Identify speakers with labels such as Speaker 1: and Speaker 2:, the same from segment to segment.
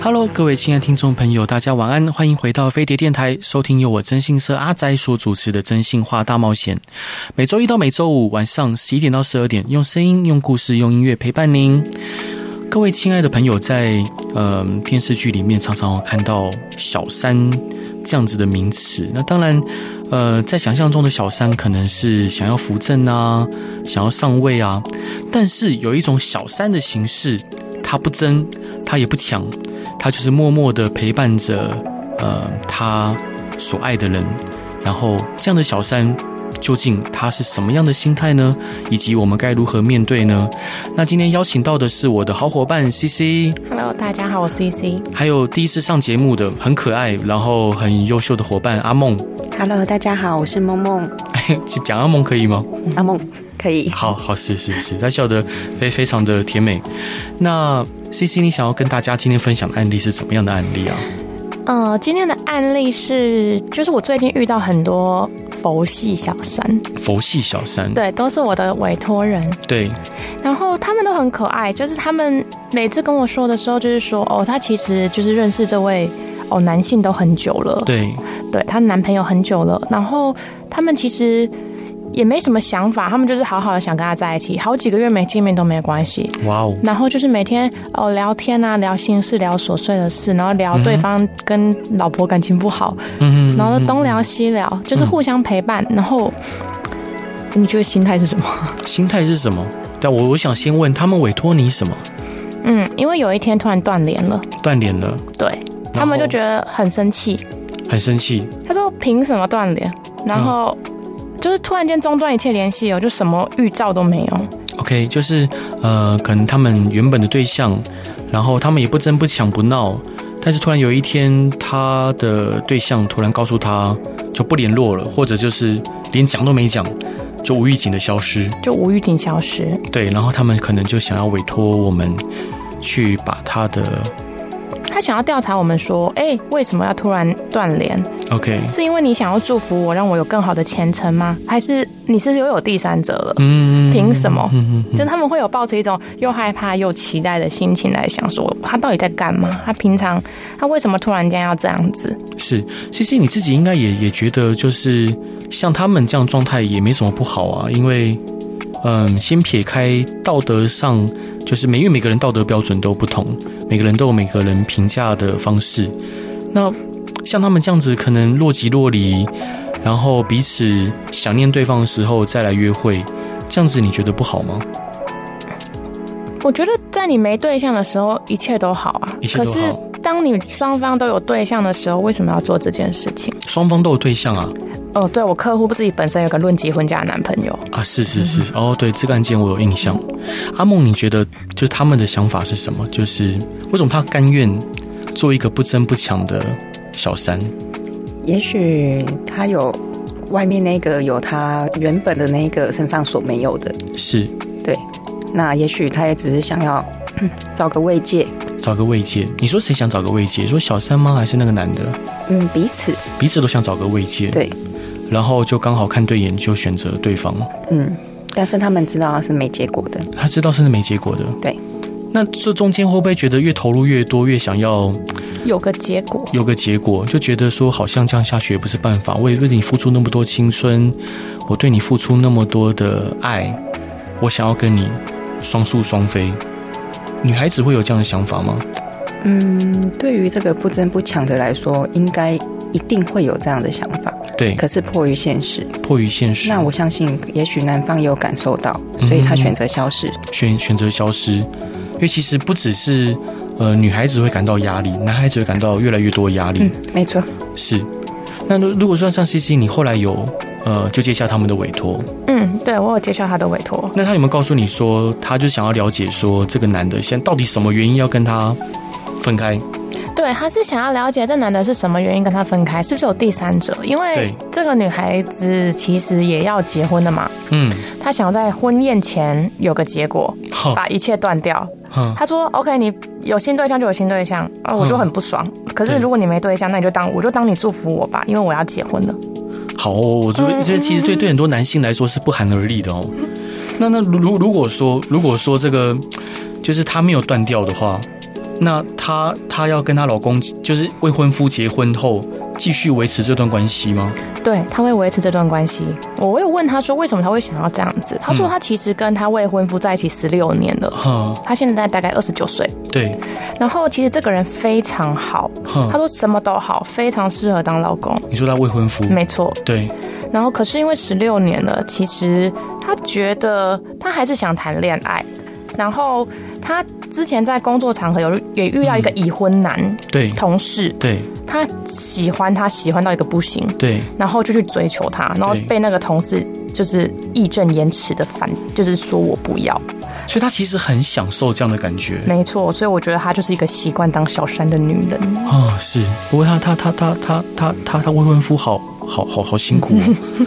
Speaker 1: Hello，各位亲爱的听众朋友，大家晚安，欢迎回到飞碟电台，收听由我真心社阿斋所主持的《真心话大冒险》。每周一到每周五晚上十一点到十二点，用声音、用故事、用音乐陪伴您。各位亲爱的朋友在，呃电视剧里面常常看到“小三”这样子的名词。那当然，呃，在想象中的小三可能是想要扶正啊，想要上位啊。但是有一种小三的形式，他不争，他也不抢，他就是默默的陪伴着呃他所爱的人。然后，这样的小三究竟他是什么样的心态呢？以及我们该如何面对呢？那今天邀请到的是我的好伙伴 C C，
Speaker 2: Hello，大家好，我是 CC。
Speaker 1: 还有第一次上节目的很可爱，然后很优秀的伙伴阿梦。
Speaker 3: Hello，大家好，我是梦梦。
Speaker 1: 哎，讲阿梦可以吗？
Speaker 3: 阿梦，可以。
Speaker 1: 好好是是是，她笑得非非常的甜美。那 C C，你想要跟大家今天分享的案例是怎么样的案例啊？
Speaker 2: 呃，今天的案例是，就是我最近遇到很多佛系小三，
Speaker 1: 佛系小三，
Speaker 2: 对，都是我的委托人，
Speaker 1: 对
Speaker 2: 然后他们都很可爱，就是他们每次跟我说的时候，就是说，哦，她其实就是认识这位哦男性都很久了，
Speaker 1: 对
Speaker 2: 对，她男朋友很久了，然后他们其实。也没什么想法，他们就是好好的想跟他在一起，好几个月没见面都没关系。
Speaker 1: 哇哦，
Speaker 2: 然后就是每天哦聊天啊，聊心事，聊琐碎的事，然后聊
Speaker 1: 嗯哼
Speaker 2: 对方跟老婆感情不好，
Speaker 1: 嗯
Speaker 2: 然后东聊西聊，就是互相陪伴。然后嗯你觉得心态是什么？
Speaker 1: 心态是什么？但我我想先问他们委托你什么？
Speaker 2: 嗯，因为有一天突然断联了，
Speaker 1: 断联了，
Speaker 2: 对他们就觉得很生气，
Speaker 1: 得很生气，
Speaker 2: 他说凭什么断联？然后。就是突然间中断一切联系哦，就什么预兆都没有。
Speaker 1: OK，就是呃，可能他们原本的对象，然后他们也不争不抢不闹，但是突然有一天，他的对象突然告诉他就不联络了，或者就是连讲都没讲，就无预警的消失。
Speaker 2: 就无预警消失，
Speaker 1: 对，然后他们可能就想要委托我们去把他的
Speaker 2: 他想要调查我们说，哎、为什么要突然断联？
Speaker 1: OK，
Speaker 2: 是因为你想要祝福我，让我有更好的前程吗？还是你是又有第三者了？
Speaker 1: 嗯，
Speaker 2: 凭什么
Speaker 1: 嗯嗯嗯
Speaker 2: 就他们会有抱着一种又害怕又期待的心情来想说，他到底在干嘛？他平常他为什么突然间要这样子？
Speaker 1: 是，其实你自己应该也也觉得，就是像他们这样状态也没什么不好啊，因为，嗯，先撇开道德上，就是每因为每个人道德标准都不同，每个人都有每个人评价的方式。那像他们这样子，可能若即若离，然后彼此想念对方的时候再来约会，这样子你觉得不好吗？
Speaker 2: 我觉得在你没对象的时候，一切都好啊。
Speaker 1: 一切都好
Speaker 2: 可是当你双方都有对象的时候，为什么要做这件事情？
Speaker 1: 双方都有对象啊，
Speaker 2: 哦，对我客户自己本身有个论及婚嫁的男朋友，
Speaker 1: 啊，是是
Speaker 3: 嗯
Speaker 1: 是，哦，对，这个案件我有印象。阿梦，你觉得就他们的想法是什么？就是为什么他甘愿做一个不争不抢的小三？
Speaker 3: 也许他有外面那个有他原本的那个身上所没有的，
Speaker 1: 是
Speaker 3: 对。那也许他也只是想要 找个慰藉，
Speaker 1: 找个慰藉？你说谁想找个慰藉？说小三吗？还是那个男的？
Speaker 3: 嗯，彼此，
Speaker 1: 彼此都想找个慰藉，
Speaker 3: 对，
Speaker 1: 然后就刚好看对眼，就选择对方。
Speaker 3: 嗯。但是他们知道是没结果的，
Speaker 1: 他知道是没结果的，
Speaker 3: 对。
Speaker 1: 那这中间会不会觉得越投入越多，越想要
Speaker 2: 有个结果。
Speaker 1: 有个结果，就觉得说好像这样下去也不是办法。我也为你付出那么多青春，我对你付出那么多的爱，我想要跟你双宿双飞。女孩子会有这样的想法吗？
Speaker 3: 嗯，对于这个不争不抢的来说，应该一定会有这样的想法，
Speaker 1: 对，
Speaker 3: 可是迫于现实，
Speaker 1: 迫于现实，
Speaker 3: 那我相信，也许男方也有感受到，所以他选择消失，
Speaker 1: 选选择消失，因为其实不只是呃女孩子会感到压力，男孩子会感到越来越多的压力。
Speaker 3: 嗯，没错，
Speaker 1: 是，那如如果说像 C C，你后来有呃就接下他们的委托，
Speaker 2: 嗯，对我有接受他的委托。
Speaker 1: 那他有没有告诉你说，他就想要了解说这个男的现在到底什么原因要跟他分开？
Speaker 2: 对，对，他是想要了解这男的是什么原因跟他分开，是不是有第三者？因为
Speaker 1: 对
Speaker 2: 这个女孩子其实也要结婚的嘛，
Speaker 1: 嗯，
Speaker 2: 她想要在婚宴前有个结果，
Speaker 1: 好，
Speaker 2: 把一切断掉。
Speaker 1: 嗯
Speaker 2: 她说：“OK，你有新对象就有新对象，啊，我就很不爽。可是
Speaker 1: 嗯对
Speaker 2: 如果你没对象，那你就当我就当你祝福我吧，因为我要结婚了。
Speaker 1: 好哦，我觉得这其实对对很多男性来说是不寒而栗的哦。那那如如如果说如果说这个就是他没有断掉的话，那她她要跟她老公就是未婚夫结婚后继续维持这段关系吗？
Speaker 2: 对，她会维持这段关系。我有问她说为什么她会想要这样子，她说
Speaker 1: 嗯
Speaker 2: 她其实跟她未婚夫在一起十六年了，
Speaker 1: 哼，
Speaker 2: 她现在大概二十九岁。
Speaker 1: 对，
Speaker 2: 然后其实这个人非常好，
Speaker 1: 哼
Speaker 2: 他，说什么都好，非常适合当老公，
Speaker 1: 你说她未婚夫，
Speaker 2: 没错。
Speaker 1: 对，
Speaker 2: 然后可是因为十六年了，其实他觉得他还是想谈恋爱。然后他之前在工作场合有也遇到一个已婚男、
Speaker 1: 对，
Speaker 2: 同事，
Speaker 1: 对，
Speaker 2: 他喜欢他喜欢到一个不行，
Speaker 1: 对，
Speaker 2: 然后就去追求他，然后
Speaker 1: 对
Speaker 2: 被那个同事就是义正言辞的反，就是说我不要，
Speaker 1: 所以她其实很享受这样的感觉。
Speaker 2: 没错。所以我觉得她就是一个习惯当小三的女人。
Speaker 1: 啊、是，不过她她她她她她她她未婚夫好好好好辛苦、哦，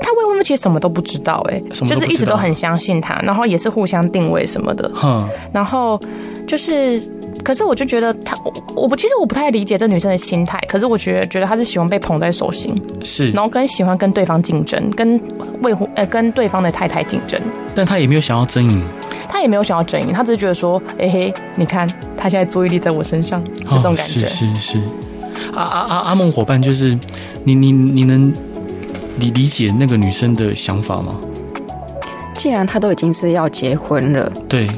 Speaker 2: 他未婚夫其实什么都不知道、哎，
Speaker 1: 什么都不知道
Speaker 2: 就是一直都很相信他，然后也是互相定位什么的，
Speaker 1: 哼，
Speaker 2: 然后就是，可是我就觉得他，我我不其实我不太理解这女生的心态，可是我觉得觉得她是喜欢被捧在手心，
Speaker 1: 是，
Speaker 2: 然后跟喜欢跟对方竞争，跟未婚呃跟对方的太太竞争，
Speaker 1: 但她也没有想要争赢，
Speaker 2: 她也没有想要争赢，她只是觉得说，哎、嘿，你看她现在注意力在我身上，就这种感觉。
Speaker 1: 哦、是是是。阿阿阿阿梦伙伴，就是你你你能理理解那个女生的想法吗？
Speaker 3: 既然他都已经是要结婚了，
Speaker 1: 对，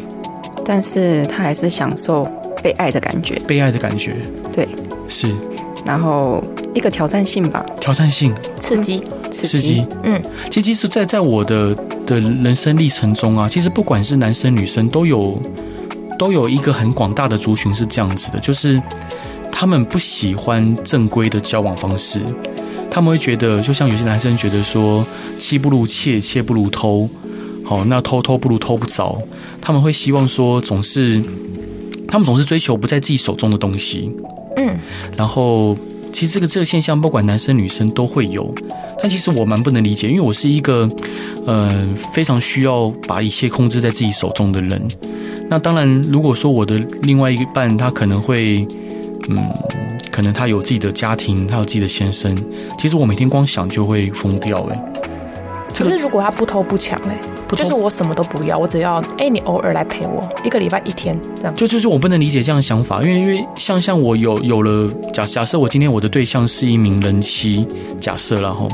Speaker 3: 但是他还是享受被爱的感觉，
Speaker 1: 被爱的感觉
Speaker 3: 对，
Speaker 1: 是
Speaker 3: 然后一个挑战性吧，
Speaker 1: 挑战性
Speaker 2: 刺激，
Speaker 3: 刺
Speaker 1: 刺激。
Speaker 2: 嗯，
Speaker 1: 其实其实在在我的的人生历程中啊，其实不管是男生女生，都有都有一个很广大的族群是这样子的，就是他们不喜欢正规的交往方式，他们会觉得，就像有些男生觉得说，妻不如妾，妾不如偷，好，那偷偷不如偷不着，他们会希望说，总是他们总是追求不在自己手中的东西，
Speaker 2: 嗯，
Speaker 1: 然后其实这个这个现象，不管男生女生都会有，但其实我蛮不能理解，因为我是一个呃非常需要把一切控制在自己手中的人。那当然，如果说我的另外一半他可能会，嗯，可能他有自己的家庭，他有自己的先生，其实我每天光想就会疯掉哎、这
Speaker 2: 可
Speaker 1: 个
Speaker 2: 是如果她不偷不抢、哎，
Speaker 1: 不
Speaker 2: 就是
Speaker 1: 同
Speaker 2: 我什么都不要，我只要，哎、你偶尔来陪我，一个礼拜一天这样。
Speaker 1: 就就是我不能理解这样的想法，因为因为像像我有有了假假设我今天我的对象是一名人妻，假设然后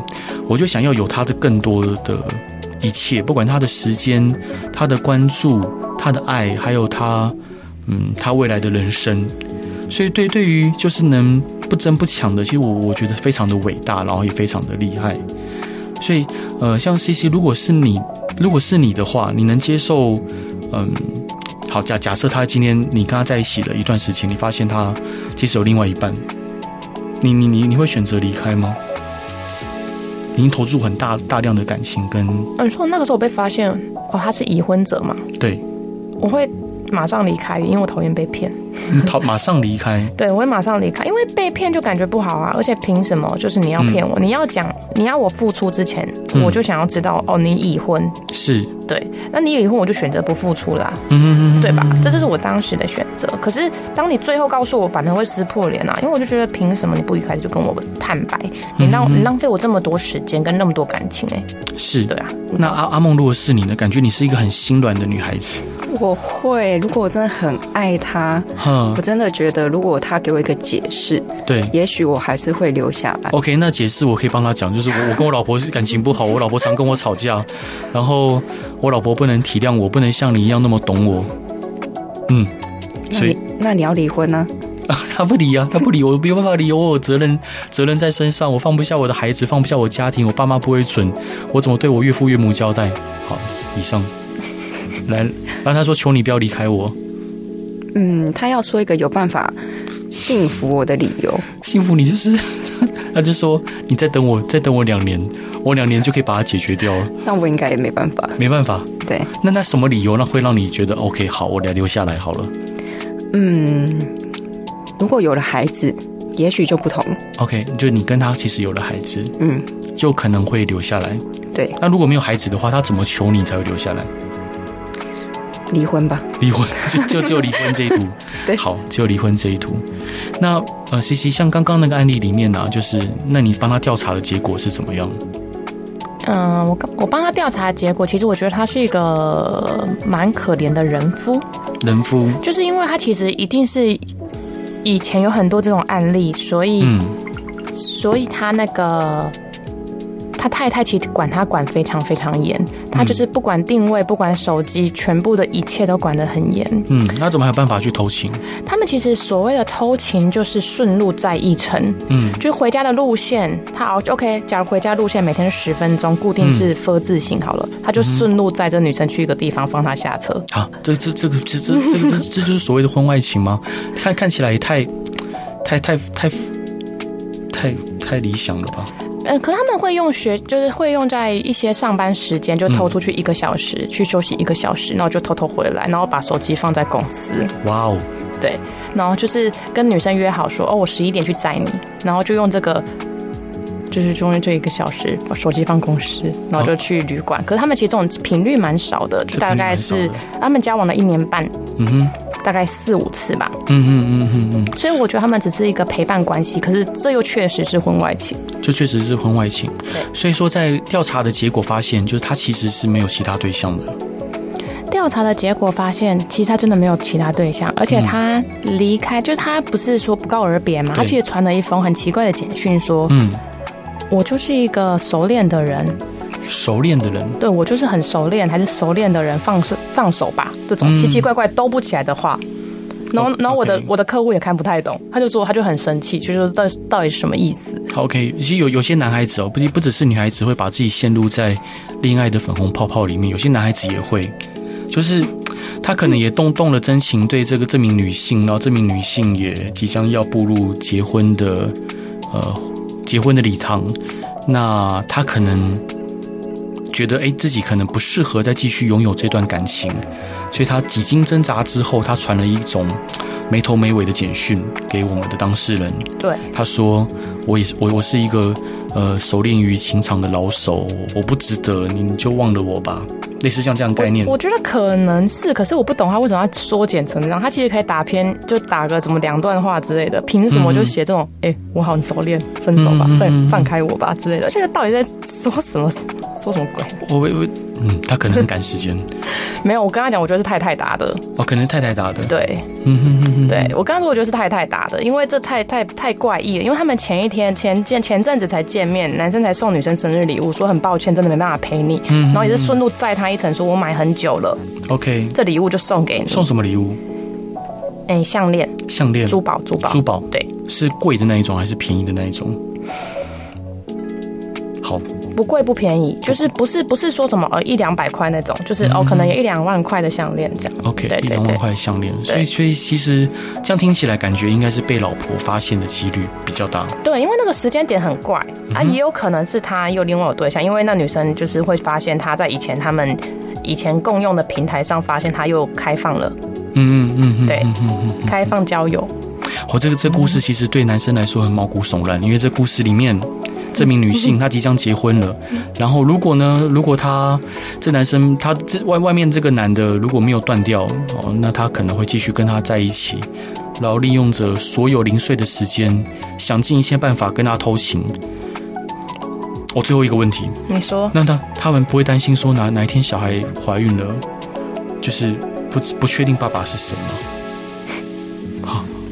Speaker 1: 我就想要有他的更多的一切，不管他的时间、他的关注、他的爱，还有他嗯他未来的人生，所以对对于就是能不争不抢的，其实我我觉得非常的伟大，然后也非常的厉害。所以呃，像 C C，如果是你如果是你的话，你能接受嗯？好，假假设他今天你跟他在一起了一段时间，你发现他其实有另外一半，你你你你会选择离开吗？你已经投注很大大量的感情跟
Speaker 2: 哦，你说那个时候我被发现哦，他是已婚者嘛，
Speaker 1: 对，
Speaker 2: 我会马上离开，因为我讨厌被骗。
Speaker 1: 你逃马上离开，
Speaker 2: 对，我会马上离开，因为被骗就感觉不好啊，而且凭什么？就是你要骗我，你要讲，你要我付出之前，
Speaker 1: 嗯
Speaker 2: 我就想要知道哦，你已婚，
Speaker 1: 是，
Speaker 2: 对，那你已婚我就选择不付出啦、
Speaker 1: 嗯，
Speaker 2: 对吧？这就是我当时的选择。可是当你最后告诉我，反而会撕破脸啊，因为我就觉得凭什么你不一开始就跟我坦白？
Speaker 1: 嗯
Speaker 2: 你浪你浪费我这么多时间跟那么多感情、欸，哎，
Speaker 1: 是
Speaker 2: 对啊，
Speaker 1: 那阿阿梦，如果是你呢？感觉你是一个很心软的女孩子，
Speaker 3: 我会，如果我真的很爱
Speaker 1: 啊
Speaker 3: 他，
Speaker 1: 哈
Speaker 3: 我，真的觉得如果他给我一个解释，
Speaker 1: 对。
Speaker 3: 也许我还是会留下来。
Speaker 1: OK，那解释我可以帮他讲，就是我我跟我老婆是感情不好，我老婆常跟我吵架，然后我老婆不能体谅我，不能像你一样那么懂我，嗯，
Speaker 3: 那
Speaker 1: 所以
Speaker 3: 你那你要离婚呢、
Speaker 1: 啊，他不理啊，他不理我，我没有办法理我，我有责任 责任在身上，我放不下我的孩子，放不下我家庭，我爸妈不会准，我怎么对我岳父岳母交代？好，以上，来，然后他说求你不要离开我，
Speaker 3: 嗯，他要说一个有办法幸福我的理由。
Speaker 1: 幸福你就是， 他就说你再等我，再等我两年，我两年就可以把它解决掉了，
Speaker 3: 那我应该也没办法。
Speaker 1: 没办法，
Speaker 3: 对，
Speaker 1: 那那什么理由那会让你觉得 OK 好，我来留下来好了？
Speaker 3: 嗯，如果有了孩子，也许就不同。
Speaker 1: OK，就你跟他其实有了孩子，
Speaker 3: 嗯，
Speaker 1: 就可能会留下来。
Speaker 3: 对，
Speaker 1: 那如果没有孩子的话，他怎么求你才会留下来？
Speaker 3: 离婚吧。
Speaker 1: 离婚， 就就只有离婚这一途。
Speaker 3: 对
Speaker 1: 好，只有离婚这一途。那呃，西西，像刚刚那个案例里面呢、啊就是那你帮他调查的结果是怎么样？
Speaker 2: 嗯，我刚我帮他调查的结果，其实我觉得他是一个蛮可怜的人夫，
Speaker 1: 人夫，
Speaker 2: 就是因为他其实一定是以前有很多这种案例，所以、
Speaker 1: 嗯，
Speaker 2: 所以他那个他太太其实管他管非常非常严，他就是不管定位、不管手机，全部的一切都管得很严。
Speaker 1: 嗯，那怎么还有办法去偷情？
Speaker 2: 他们其实所谓的偷情，就是顺路在一程，
Speaker 1: 嗯
Speaker 2: 就是回家的路线，他好 OK。假如回家路线每天十分钟，固定
Speaker 1: 嗯
Speaker 2: 是 “f” 字形好了，他就顺路载这女生去一个地方放她下车。
Speaker 1: 啊，这这这个这这这个这这就是所谓的婚外情吗？看看起来也太太太太太太理想了吧？
Speaker 2: 嗯，可他们会用学，就是会用在一些上班时间，就偷出去一个小时、去休息一个小时，然后就偷偷回来，然后把手机放在公司，
Speaker 1: 哇哦，
Speaker 2: 对，然后就是跟女生约好说，哦，我十一点去载你，然后就用这个。就是中间这一个小时，把手机放公司，然后就去旅馆。可是他们其实这种频率蛮少的，就大概
Speaker 1: 这频率
Speaker 2: 是
Speaker 1: 蛮少
Speaker 2: 他们交往了一年半，
Speaker 1: 嗯哼，
Speaker 2: 大概四五次吧。
Speaker 1: 嗯嗯嗯嗯嗯，
Speaker 2: 所以我觉得他们只是一个陪伴关系，可是这又确实是婚外情。
Speaker 1: 就确实是婚外情。
Speaker 2: 对
Speaker 1: 所以说在调查的结果发现，就是他其实是没有其他对象的。
Speaker 2: 调查的结果发现，其实他真的没有其他对象，而且他离开，就是他不是说不告而别嘛，
Speaker 1: 嗯对
Speaker 2: 他其实传了一封很奇怪的简讯说，
Speaker 1: 嗯，
Speaker 2: 我就是一个熟练的人，
Speaker 1: 熟练的人，
Speaker 2: 对我就是很熟练，还是熟练的人，放手放手吧，这种
Speaker 1: 嗯
Speaker 2: 奇奇怪怪兜不起来的话。然后
Speaker 1: 哦，
Speaker 2: 然后我的
Speaker 1: OK
Speaker 2: 我的客户也看不太懂，他就说他就很生气，就说到底到底是什么意思？
Speaker 1: 好 OK，其实有有些男孩子哦，不不只是女孩子会把自己陷入在恋爱的粉红泡泡里面，有些男孩子也会，就是他可能也动动了真情对这个这名女性，然后这名女性也即将要步入结婚的呃结婚的礼堂，那他可能觉得诶哎自己可能不适合再继续拥有这段感情，所以他几经挣扎之后，他传了一种没头没尾的简讯给我们的当事人。
Speaker 2: 对，
Speaker 1: 他说：“我也是，我我是一个呃熟练于情场的老手，我不值得，你就忘了我吧。”类似像这样的概念
Speaker 2: 我。我觉得可能是，可是我不懂他为什么要缩减成这样。他其实可以打篇，就打个怎么两段话之类的，凭什么就写这种？哎、我好熟练，分手吧
Speaker 1: 嗯嗯嗯，
Speaker 2: 放、
Speaker 1: 嗯
Speaker 2: 放开我吧之类的。这个到底在说什么？说什么鬼？
Speaker 1: 我我我，嗯，他可能很赶时 间，
Speaker 2: 没有，我跟他讲，我觉得是太太打的。
Speaker 1: 哦，可能太太打的。
Speaker 2: 对
Speaker 1: 嗯哼哼哼，
Speaker 2: 对，我刚刚说我觉得是太太打的，因为这太太太怪异了。因为他们前一天前前前阵子才见面，男生才送女生生日礼物，说很抱歉，真的没办法陪你。
Speaker 1: 嗯
Speaker 2: 然后也是顺路载她一程，说我买很久了，
Speaker 1: ，OK。
Speaker 2: 这礼物就送给你。
Speaker 1: 送什嗯么礼物？
Speaker 2: 哎、项链、
Speaker 1: 项链、
Speaker 2: 珠宝、珠宝、
Speaker 1: 珠宝
Speaker 2: 对。
Speaker 1: 是贵的那一种还是便宜的那一种？好，
Speaker 2: 不贵不便宜，就是不是不是说什么呃一两百块那种，就是、哦可能有一两万块的项链这样。
Speaker 1: 嗯 OK，
Speaker 2: 对
Speaker 1: 一
Speaker 2: 对
Speaker 1: 两万
Speaker 2: 对，
Speaker 1: 块项链，所以所以其实这样听起来，感觉应该是被老婆发现的几率比较大。
Speaker 2: 对，因为那个时间点很怪
Speaker 1: 嗯
Speaker 2: 啊，也有可能是他又另外有对象，因为那女生就是会发现他在以前他们以前共用的平台上发现他又开放了，
Speaker 1: 嗯嗯嗯，嗯
Speaker 2: 对
Speaker 1: 嗯嗯嗯嗯。
Speaker 2: 开放交友。
Speaker 1: 哦，这个这故事其实对男生来说很毛骨悚然，因为这故事里面。这名女性她即将结婚了，然后如果呢，如果她这男生他这外外面这个男的如果没有断掉哦，那她可能会继续跟他在一起，然后利用着所有零碎的时间，想尽一切办法跟他偷情。我、最后一个问题，
Speaker 2: 你说
Speaker 1: 那他他们不会担心说哪哪一天小孩怀孕了，就是不不确定爸爸是谁吗？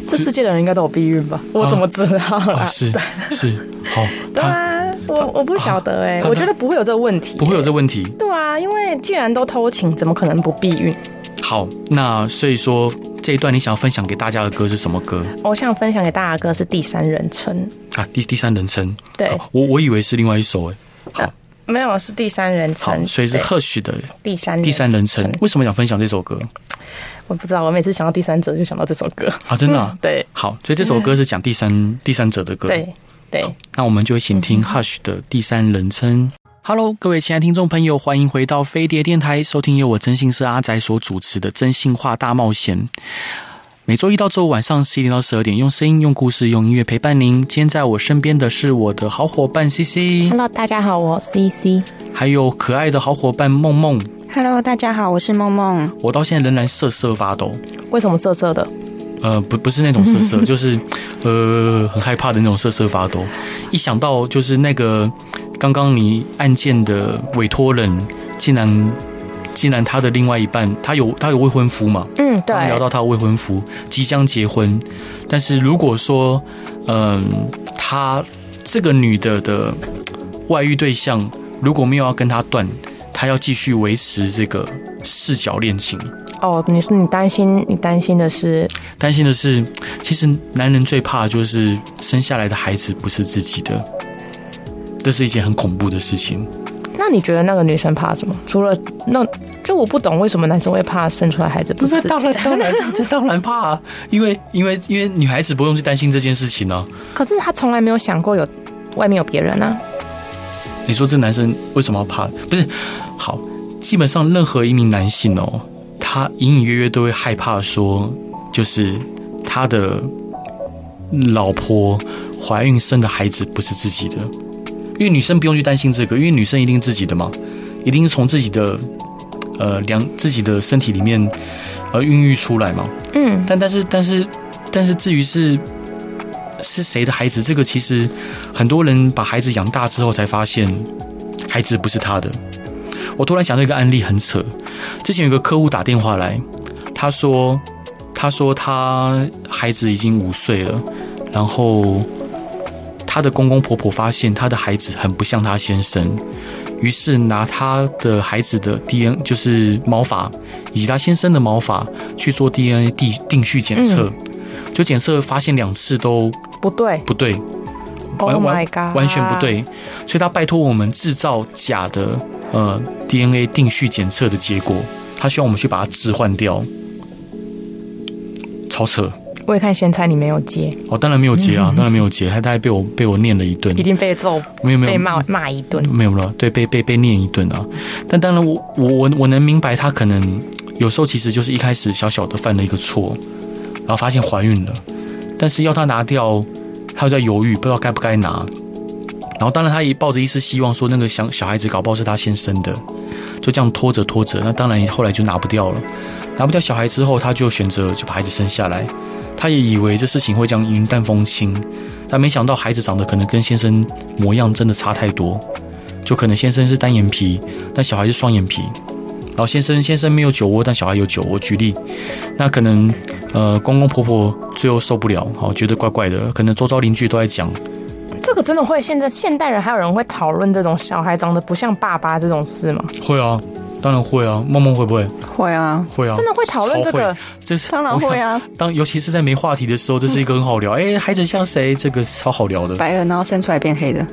Speaker 2: 这世界的人应该都有避孕吧？我怎么知道
Speaker 1: 啊，
Speaker 2: 啊？
Speaker 1: 是是，好，
Speaker 2: 对
Speaker 1: 他
Speaker 2: 啊，我我不晓得哎、
Speaker 1: 他
Speaker 2: 我觉得不会有这个问题、
Speaker 1: 不会有这问题。
Speaker 2: 对啊，因为既然都偷情，怎么可能不避孕？
Speaker 1: 好，那所以说这一段你想要分享给大家的歌是什么歌
Speaker 2: 我想分享给大家的歌是第三人称，
Speaker 1: 啊？第第三人称。
Speaker 2: 对，
Speaker 1: 好我我以为是另外一首哎。好，
Speaker 2: 没有是第三人
Speaker 1: 好，
Speaker 2: 称，
Speaker 1: 所以是
Speaker 2: 对
Speaker 1: Hush 的
Speaker 2: 第三人
Speaker 1: 第三人称
Speaker 2: 称。
Speaker 1: 为什么想分享这首歌
Speaker 2: 我不知道，我每次想到第三者就想到这首歌。
Speaker 1: 啊？真的啊、
Speaker 2: 对
Speaker 1: 好，所以这首歌是讲第三第三者的歌。
Speaker 2: 嗯对对，
Speaker 1: 那我们就一起听 Hush 的第三人称。Hello，各位亲爱的听众朋友，欢迎回到飞碟电台，收听由我真心社阿仔所主持的《真心话大冒险》。每周一到周五晚上十一点到十二点，用声音、用故事、用音乐陪伴您。今天在我身边的是我的好伙伴 C C，
Speaker 2: Hello，大家好，我 C C。
Speaker 1: 还有可爱的好伙伴梦梦。
Speaker 3: Hello，大家好，我是梦梦。
Speaker 1: 我到现在仍然瑟瑟发抖，
Speaker 2: 为什么涩涩的？
Speaker 1: 呃，不不是那种瑟瑟，就是呃很害怕的那种瑟瑟发抖。一想到就是那个刚刚你案件的委托人，竟然竟然他的另外一半，他有他有未婚夫嘛？
Speaker 2: 嗯，
Speaker 1: 我们聊到他的未婚夫即将结婚，但是如果说，嗯，他这个女的的外遇对象如果没有要跟他断，他要继续维持这个视角恋情。
Speaker 2: 哦，你说你担心，你担心的是，
Speaker 1: 担心的是，其实男人最怕的就是生下来的孩子不是自己的，这是一件很恐怖的事情。
Speaker 2: 那你觉得那个女生怕什么？除了那，就我不懂为什么男生会怕生出来孩子不
Speaker 1: 不
Speaker 2: 是
Speaker 1: 是，
Speaker 2: 自
Speaker 1: 当
Speaker 2: 己
Speaker 1: 然
Speaker 2: 的。
Speaker 1: 当然，这当然怕啊，因为因为因为女孩子不用去担心这件事情啊呢、
Speaker 2: 可是他从来没有想过有外面有别人啊。
Speaker 1: 你说这男生为什么要怕？不是，好，基本上任何一名男性哦，他隐隐约约都会害怕说，就是他的老婆怀孕生的孩子不是自己的，因为女生不用去担心这个，因为女生一定自己的嘛，一定是从自己的呃良自己的身体里面呃孕育出来嘛。
Speaker 2: 嗯，
Speaker 1: 但但是但是但是至于是是谁的孩子，这个其实很多人把孩子养大之后才发现，孩子不是他的。我突然想到一个案例，很扯。之前有个客户打电话来，他说他说他孩子已经五岁了，然后他的公公婆婆发现他的孩子很不像他先生。于是拿他的孩子的 DNA，就是毛发，以及他先生的毛发去做 DNA 定定序检测，就检测发现两次都
Speaker 2: 不对
Speaker 1: 不对，
Speaker 2: ，Oh
Speaker 1: 完
Speaker 2: my
Speaker 1: 完
Speaker 2: god，
Speaker 1: 完全不。对，
Speaker 2: 啊
Speaker 1: 所以他拜托我们制造假的呃 DNA 定序检测的结果，他希望我们去把它置换掉，超扯！
Speaker 2: 我也看咸菜你没有接，
Speaker 1: 哦，当然没有结啊，当然没有结，他他还被我被我念了一顿
Speaker 2: 嗯一，定被揍、
Speaker 1: 没有没有
Speaker 2: 被骂骂一顿。
Speaker 1: 没有了，对，被被被念一顿啊。但当然我，我我我能明白他可能有时候其实就是一开始小小的犯了一个错，然后发现怀孕了，但是要他拿掉，他又在犹豫，不知道该不该拿。然后当然他也抱着一丝希望，说那个小小孩子搞不好是他先生的，就这样拖着拖着，那当然后来就拿不掉了。拿不掉小孩之后，他就选择就把孩子生下来。他也以为这事情会这样云淡风轻，但没想到孩子长得可能跟先生模样真的差太多。就可能先生是单眼皮，但小孩是双眼皮。然后先生先生没有酒窝，但小孩有酒窝。举例，那可能呃公公婆婆最后受不了，好觉得怪怪的，可能周遭邻居都在讲，
Speaker 2: 这个真的会现在现代人还有人会讨论这种小孩长得不像爸爸这种事 吗？
Speaker 1: 会啊，当然会啊，梦梦会不会？
Speaker 3: 会啊，
Speaker 1: 会啊，
Speaker 2: 真的会讨论这
Speaker 1: 超
Speaker 2: 个
Speaker 1: 会？这是
Speaker 3: 当然会。
Speaker 1: 我
Speaker 3: 啊，
Speaker 1: 想当尤其是在没话题的时候，这是一个很好 聊。哎、孩子像谁？这个超好聊的。
Speaker 3: 白人然后生出来变黑的，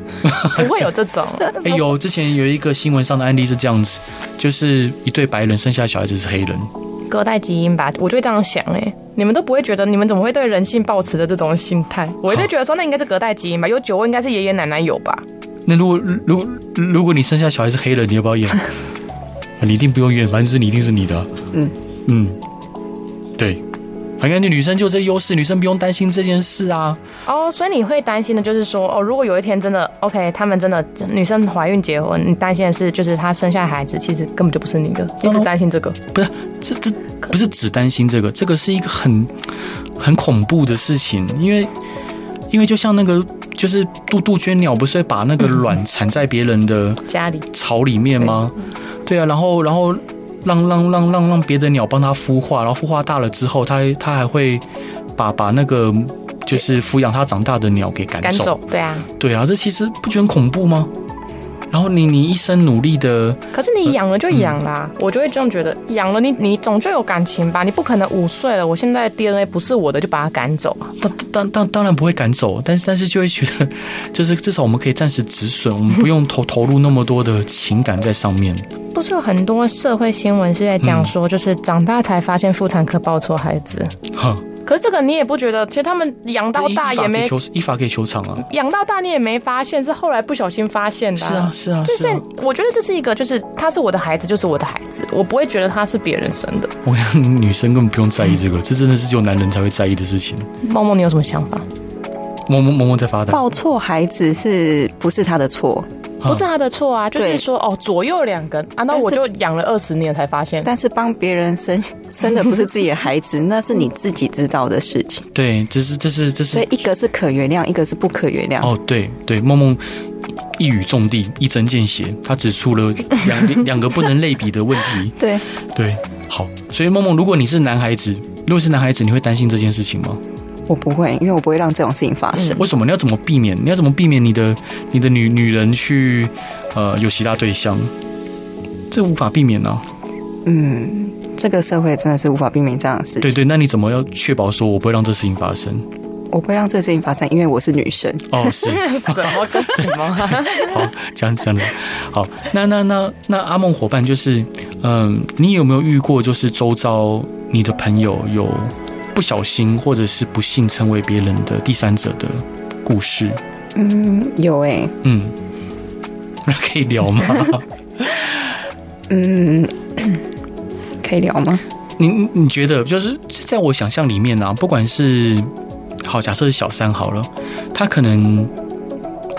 Speaker 2: 不会有这种，
Speaker 1: 哎、有之前有一个新闻上的案例是这样子，就是一对白人生下来小孩子是黑人，
Speaker 2: 隔代基因吧，我就会这样想哎、你们都不会觉得，你们怎么会对人性抱持的这种心态？我就觉得说，那应该是隔代基因吧，有酒窝应该是爷爷奶奶有吧？
Speaker 1: 那如果如果如果你生下小孩是黑人，你要不要演？你一定不用演，反正就是你一定是你的啊。
Speaker 3: 嗯
Speaker 1: 嗯，对，反正女生就这优势，女生不用担心这件事啊。
Speaker 2: 哦、所以你会担心的就是说，哦，如果有一天真的 OK，他们真的女生怀孕结婚，你担心的是就是她生下孩子其实根本就不是你的，一直担心这个。
Speaker 1: 不是，这这不是只担心这个，这个是一个很很恐怖的事情，因为因为就像那个就是杜杜鹃鸟，不是会把那个卵产在别人的
Speaker 2: 家里
Speaker 1: 巢里面吗？对啊，然后然后让让让让让别的鸟帮它孵化，然后孵化大了之后，它它还会把把那个就是抚养它长大的鸟给赶
Speaker 2: 赶
Speaker 1: 走。
Speaker 2: 走，对啊。
Speaker 1: 对啊，这其实不觉得很恐怖吗？然后你你一生努力的，
Speaker 2: 可是你养了就养啦、我就会这样觉得，养了你你总就有感情吧？你不可能五岁了，我现在 DNA 不是我的就把它赶走啊？
Speaker 1: 当当当当然不会赶走，但是但是就会觉得，就是至少我们可以暂时止损，我们不用投投入那么多的情感在上面。
Speaker 2: 不是有很多社会新闻是在讲说，就是长大才发现妇产科抱错孩子，
Speaker 1: 哈，
Speaker 2: 可是这个你也不觉得，其实他们养到大
Speaker 1: 依法
Speaker 2: 也
Speaker 1: 可以
Speaker 2: 没
Speaker 1: 求依法可以求偿啊。
Speaker 2: 养到大，你也没发现，是后来不小心发现的、
Speaker 1: 是啊，，是啊，
Speaker 2: 就是是
Speaker 1: 啊。
Speaker 2: 我觉得这是一个，就是他是我的孩子，就是我的孩子，我不会觉得他是别人生的。
Speaker 1: 我想女生根本不用在意这个，这真的是只有男人才会在意的事情。
Speaker 2: 梦梦，你有什么想法？
Speaker 1: 萌萌萌萌在发呆，
Speaker 3: 抱错孩子是不是他的错？
Speaker 1: 啊
Speaker 2: 不是他的错啊，就是
Speaker 3: 对
Speaker 2: 说哦，左右两根啊，那
Speaker 3: 但是
Speaker 2: 我就养了二十年才发现。
Speaker 3: 但是帮别人生生的不是自己的孩 子，那是你自己知道的事情。
Speaker 1: 对，这是这是这
Speaker 3: 所
Speaker 1: 是
Speaker 3: 以一个是可原谅，一个是不可原谅。
Speaker 1: 哦，对对，梦梦一语中的，一针见血，她指出了 两两个不能类比的问题。
Speaker 3: 对，
Speaker 1: 对，好，所以梦梦，如果你是男孩子，如果是男孩子，你会担心这件事情吗？
Speaker 3: 我不会，因为我不会让这种事情发生。
Speaker 1: 为什么？你要怎么避免？你要怎么避免你的你的女女人去呃有其他对象？这无法避免啊。
Speaker 3: 嗯，这个社会真的是无法避免这样的事情。
Speaker 1: 对对，那你怎么要确保说我不会让这事情发生？
Speaker 3: 我不会让这个事情发生，因为我是女生。
Speaker 1: 哦，是
Speaker 2: 什么跟什么、啊？
Speaker 1: 好，这样这样的。好，那那那那阿梦伙伴就是，嗯，你有没有遇过就是周遭你的朋友有不小心或者是不幸成为别人的第三者的故事？
Speaker 3: 嗯，有诶、
Speaker 1: 嗯，那可以聊吗？
Speaker 3: 嗯， 可以聊吗？
Speaker 1: 你你你觉得就是是在我想象里面啊，不管是好假设是小三好了，他可能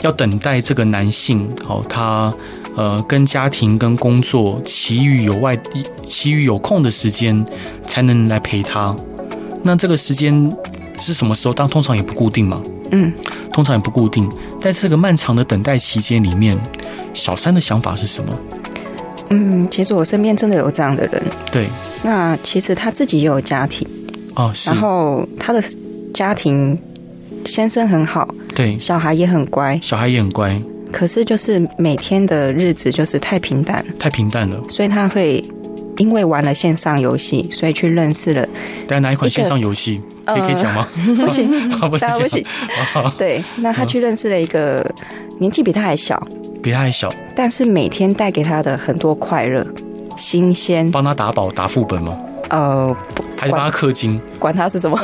Speaker 1: 要等待这个男性，好他呃跟家庭跟工作其余有外其余有空的时间才能来陪他。那这个时间是什么时候？当通常也不固定嘛，
Speaker 3: 嗯，
Speaker 1: 通常也不固定。在这个漫长的等待期间里面，小三的想法是什么？
Speaker 3: 嗯，其实我身边真的有这样的人。
Speaker 1: 对，
Speaker 3: 那其实他自己也有家庭，
Speaker 1: 哦，是
Speaker 3: 然，后他的家庭先生很好，
Speaker 1: 对，
Speaker 3: 小孩也很乖，
Speaker 1: 小孩也很乖，
Speaker 3: 可是就是每天的日子就是太平淡，
Speaker 1: 太平淡了。
Speaker 3: 所以他会因为玩了线上游戏，所以去认识了。
Speaker 1: 大家哪一款线上游戏？可以可以讲吗？
Speaker 3: 呃不行，
Speaker 1: 不能
Speaker 3: 当然
Speaker 1: 讲
Speaker 3: 不行。对，那他去认识了一个年纪比他还小，
Speaker 1: 比他还小，
Speaker 3: 但是每天带给他的很多快乐、新鲜，
Speaker 1: 帮他打保打副本吗？
Speaker 3: 呃，
Speaker 1: 还是帮他氪金？
Speaker 3: 管他是什么，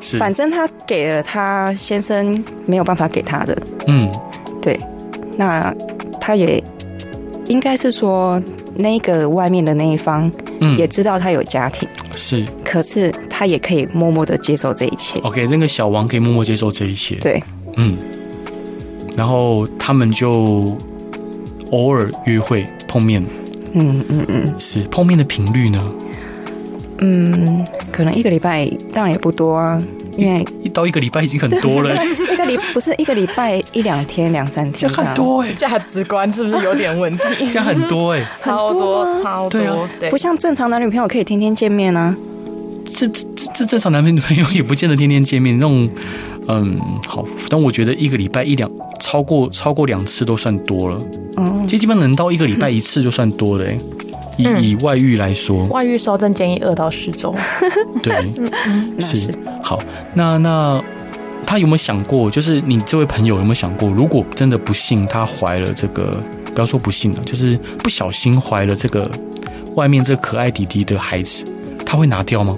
Speaker 1: 是，
Speaker 3: 反正他给了他先生没有办法给他的，
Speaker 1: 嗯，
Speaker 3: 那他也应该是说，那个外面的那一方
Speaker 1: 嗯，
Speaker 3: 也知道他有家庭，
Speaker 1: 是
Speaker 3: 可是他也可以默默的接受这一切。
Speaker 1: OK。那个小王可以默默接受这一切，
Speaker 3: 对，
Speaker 1: 嗯。然后他们就偶尔约会碰面，
Speaker 3: 嗯嗯嗯
Speaker 1: 是碰面的频率呢？
Speaker 3: 嗯，可能一个礼拜当然也不多啊，因 为
Speaker 1: 一到一个礼拜已经很多 了，
Speaker 3: 一个礼不是一个礼拜一两天两三
Speaker 1: 这
Speaker 3: 天啊
Speaker 1: 样很 多哎，
Speaker 2: 价值观是不是有点问题？
Speaker 1: 这样很多哎，
Speaker 2: 超多超
Speaker 1: 对啊
Speaker 2: 多，对
Speaker 3: 不像正常男女朋友可以天天见面啊。
Speaker 1: 这这这这正常男朋友 也不见得天天见面，那种嗯好，但我觉得一个礼拜一两超过超过两次都算多了。
Speaker 3: 哦
Speaker 1: 其，实基本上能到一个礼拜一次就算多的、欸。以
Speaker 2: 嗯
Speaker 1: 以外遇来说，
Speaker 2: 外遇收证建议二到十周。
Speaker 1: 对，
Speaker 3: 嗯那
Speaker 1: 是
Speaker 3: 是
Speaker 1: 好。那那他有没有想过，就是你这位朋友有没有想过，如果真的不幸她怀了这个，不要说不幸了，就是不小心怀了这个外面这个可爱弟弟的孩子，他会拿掉吗？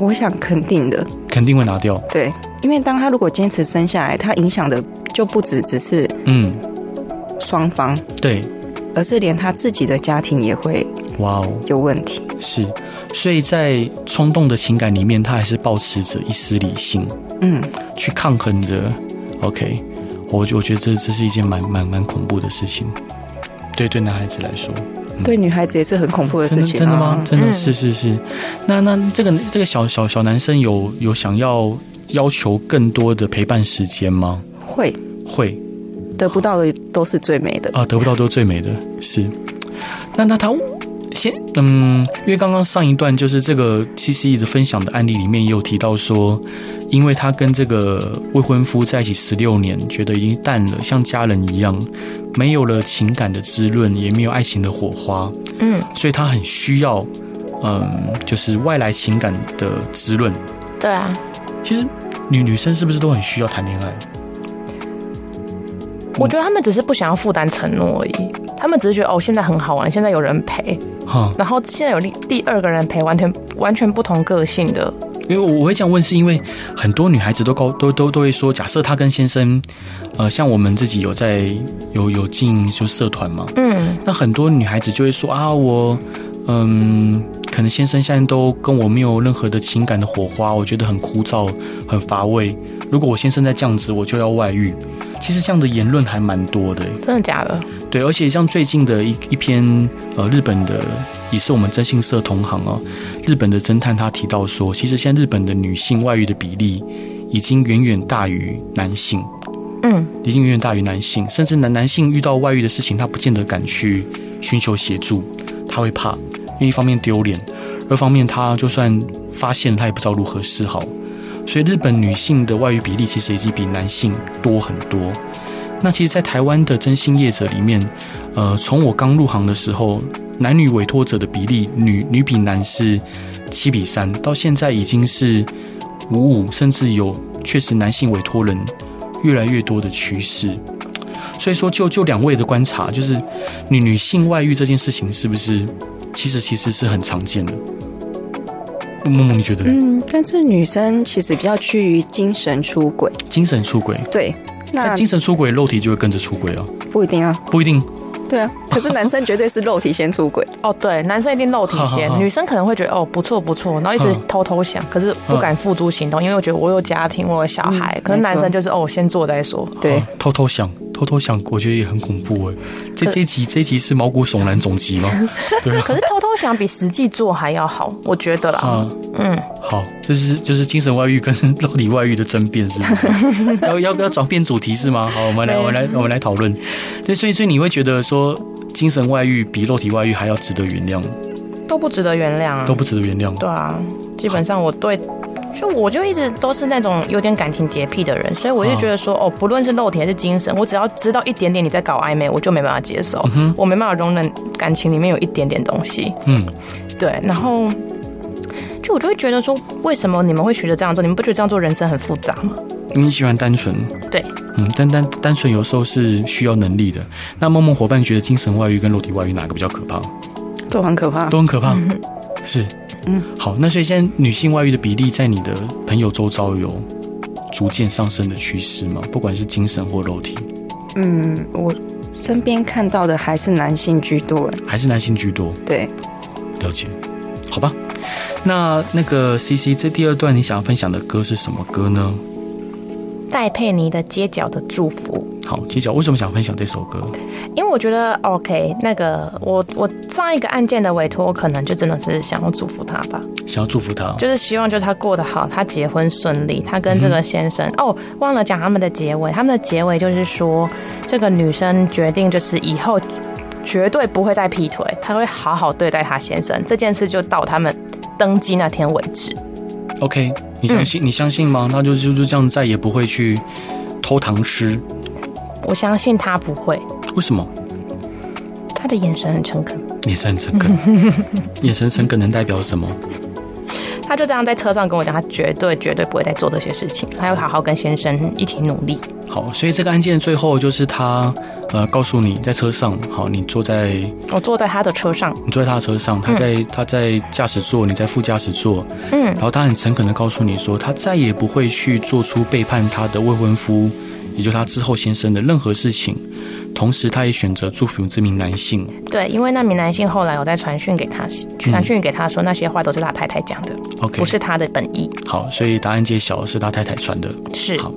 Speaker 3: 我想肯定的，
Speaker 1: 肯定会拿掉。
Speaker 3: 对，因为当他如果坚持生下来，他影响的就不只只是
Speaker 1: 嗯，
Speaker 3: 双方，
Speaker 1: 对，
Speaker 3: 而是连他自己的家庭也会
Speaker 1: 哇哦，
Speaker 3: 有问题。
Speaker 1: 是。所以在冲动的情感里面，他还是保持着一丝理性。
Speaker 3: 嗯，
Speaker 1: 去抗衡着。OK，我我觉得这这是一件蛮蛮蛮恐怖的事情，对对，男孩子来说，
Speaker 3: 对女孩子也是很恐怖的
Speaker 1: 真
Speaker 3: 事
Speaker 1: 的
Speaker 3: 情、啊、
Speaker 1: 真的吗？真的
Speaker 2: 嗯
Speaker 1: 是是是。那那这个这个小小小男生有有想要要求更多的陪伴时间吗？
Speaker 3: 会
Speaker 1: 会
Speaker 3: 得不到的都是最美的。
Speaker 1: 啊，得不到都是最美的，是。那那他先嗯，因为刚刚上一段就是这个 C C 的分享的案例里面也有提到说，因为他跟这个未婚夫在一起十六年，觉得已经淡了，像家人一样，没有了情感的滋润，也没有爱情的火花，
Speaker 2: 嗯，
Speaker 1: 所以他很需要嗯，就是外来情感的滋润。
Speaker 2: 对
Speaker 1: 嗯
Speaker 2: 啊，
Speaker 1: 其实女女生是不是都很需要谈恋爱？
Speaker 2: 我觉得他们只是不想要负担承诺而已，他们只是觉得哦，现在很好玩，现在有人陪，
Speaker 1: 哈，
Speaker 2: 然后现在有第第二个人陪，完全完全不同个性的，
Speaker 1: 因为我我会这样问，是因为很多女孩子都高都都都会说，假设她跟先生，呃，像我们自己有在有有进就社团嘛，
Speaker 2: 嗯，
Speaker 1: 那很多女孩子就会说啊，我嗯，可能先生现在都跟我没有任何的情感的火花，我觉得很枯燥，很乏味。如果我先生再这样子，我就要外遇。其实这样的言论还蛮多的，欸
Speaker 2: 真的假的？
Speaker 1: 对，而且像最近的一一篇呃日本的，也是我们征信社同行哦，日本的侦探他提到说，其实现在日本的女性外遇的比例已经远远大于男性，
Speaker 2: 嗯，
Speaker 1: 已经远远大于男性，甚至男男性遇到外遇的事情，他不见得敢去寻求协助，他会怕，因为一方面丢脸，二方面他就算发现了，他也不知道如何是好。所以日本女性的外遇比例其实已经比男性多很多。那其实，在台湾的征信业者里面，呃，从我刚入行的时候，男女委托者的比例，女女比男是七比三，到现在已经是五五，甚至有确实男性委托人越来越多的趋势。所以说就，就两位的观察，就是女女性外遇这件事情，是不是其实其实是很常见的？默默，你觉得呢？
Speaker 3: 嗯，但是女生其实比较趋于精神出轨，
Speaker 1: 精神出轨，
Speaker 3: 对，那
Speaker 1: 但精神出轨，肉体就会跟着出轨啊？
Speaker 3: 不一定啊，
Speaker 1: 不一定，
Speaker 3: 对啊，可是男生绝对是肉体先出轨，
Speaker 2: 哦，对，男生一定肉体
Speaker 1: 好
Speaker 2: 先
Speaker 1: 好，好
Speaker 2: 女生可能会觉得哦不错不错，然后一直
Speaker 1: 嗯
Speaker 2: 偷偷想，可是不敢付诸行动，因为我觉得我有家庭，我有小孩
Speaker 3: 嗯，
Speaker 2: 可是男
Speaker 3: 没
Speaker 2: 生
Speaker 3: 错
Speaker 2: 就是哦先做再说，
Speaker 3: 对
Speaker 1: 啊，偷偷想，偷偷想，我觉得也很恐怖哎。这
Speaker 2: 可
Speaker 1: 这一集这一集是毛骨悚然总集吗？对啊
Speaker 2: 可，是偷偷想比实际做还要好，我觉得啦，
Speaker 1: 啊，
Speaker 2: 嗯，
Speaker 1: 好，这是就是精神外遇跟 肉体外遇的争辩是不是？ 要要要转变主题是吗？好，我们来
Speaker 2: 没有
Speaker 1: 我们来我们来讨论。对，所以所以你会觉得说精神外遇比肉体外遇还要值得原谅，
Speaker 2: 都不值得原谅啊
Speaker 1: 都，不值得原谅。
Speaker 2: 对啊，基本上我对。就我就一直都是那种有点感情洁癖的人，所以我就
Speaker 1: 嗯
Speaker 2: 觉得说，哦，不论是肉体还是精神，我只要知道一点点你在搞暧昧，我就没办法接受，我没办法容忍感情里面有一点点东西。
Speaker 1: 嗯，
Speaker 2: 对，然后就我就会觉得说，为什么你们会学着这样做？你们不觉得这样做人生很复杂吗？
Speaker 1: 你喜欢单纯，
Speaker 2: 对，
Speaker 1: 嗯，但单单纯有时候是需要能力的。那梦梦伙伴觉得精神外遇跟肉体外遇哪个比较可怕？
Speaker 3: 都很可怕。
Speaker 1: 都很可怕。是，
Speaker 3: 嗯，
Speaker 1: 好，那所以现在女性外遇的比例在你的朋友周遭有逐渐上升的趋势吗？不管是精神或肉体，
Speaker 3: 嗯，我身边看到的还是男性居多，
Speaker 1: 还是男性居多？
Speaker 3: 对，
Speaker 1: 了解，好吧。那那个 C C，这第二段你想要分享的歌是什么歌呢？
Speaker 2: 戴佩妮的《街角的祝福》，
Speaker 1: 好，揭晓为什么想分享这首歌？
Speaker 2: 因为我觉得 OK，那个我我上一个案件的委托，我可能就真的是想要祝福他吧，
Speaker 1: 想要祝福他，
Speaker 2: 就是希望就是他过得好，他结婚顺利，他跟这个先生、哦，忘了讲他们的结尾，他们的结尾就是说，这个女生决定就是以后。绝对不会再劈腿，她会好好对待她先生。这件事就到他们登记那天为止。
Speaker 1: OK，你相信、你相信吗？那就就就这样，再也不会去偷糖吃。
Speaker 2: 我相信他不会，
Speaker 1: 为什么？
Speaker 2: 他的眼神很诚恳。
Speaker 1: 眼神很诚恳，眼神诚恳能代表什么？
Speaker 2: 他就这样在车上跟我讲，他绝对绝对不会再做这些事情，他要好好跟先生一起努力。
Speaker 1: 好，所以这个案件的最后就是他，呃，告诉你在车上，好，你坐在你
Speaker 2: 我坐在他的车上，
Speaker 1: 坐在他的车上，他在、他在驾驶座，你在副驾驶座，
Speaker 2: 嗯
Speaker 1: 然后他很诚恳的告诉你说，他再也不会去做出背叛他的未婚夫，也就是他之后先生的任何事情，同时他也选择祝福这名男性。
Speaker 2: 对，因为那名男性后来有在传讯给他，传讯给他说那些话都是他太太讲的，
Speaker 1: OK，
Speaker 2: 不是他的本意。
Speaker 1: 好，所以答案揭晓是他太太传的，
Speaker 2: 是，
Speaker 1: 好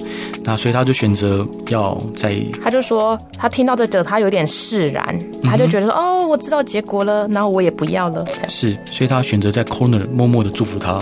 Speaker 1: 那所以他就选择要在
Speaker 2: 他就说他听到这个，他有点释然，他就觉得说、哦，我知道结果了，然后我也不要了，这样。
Speaker 1: 是，所以他选择在 corner 默默的祝福他。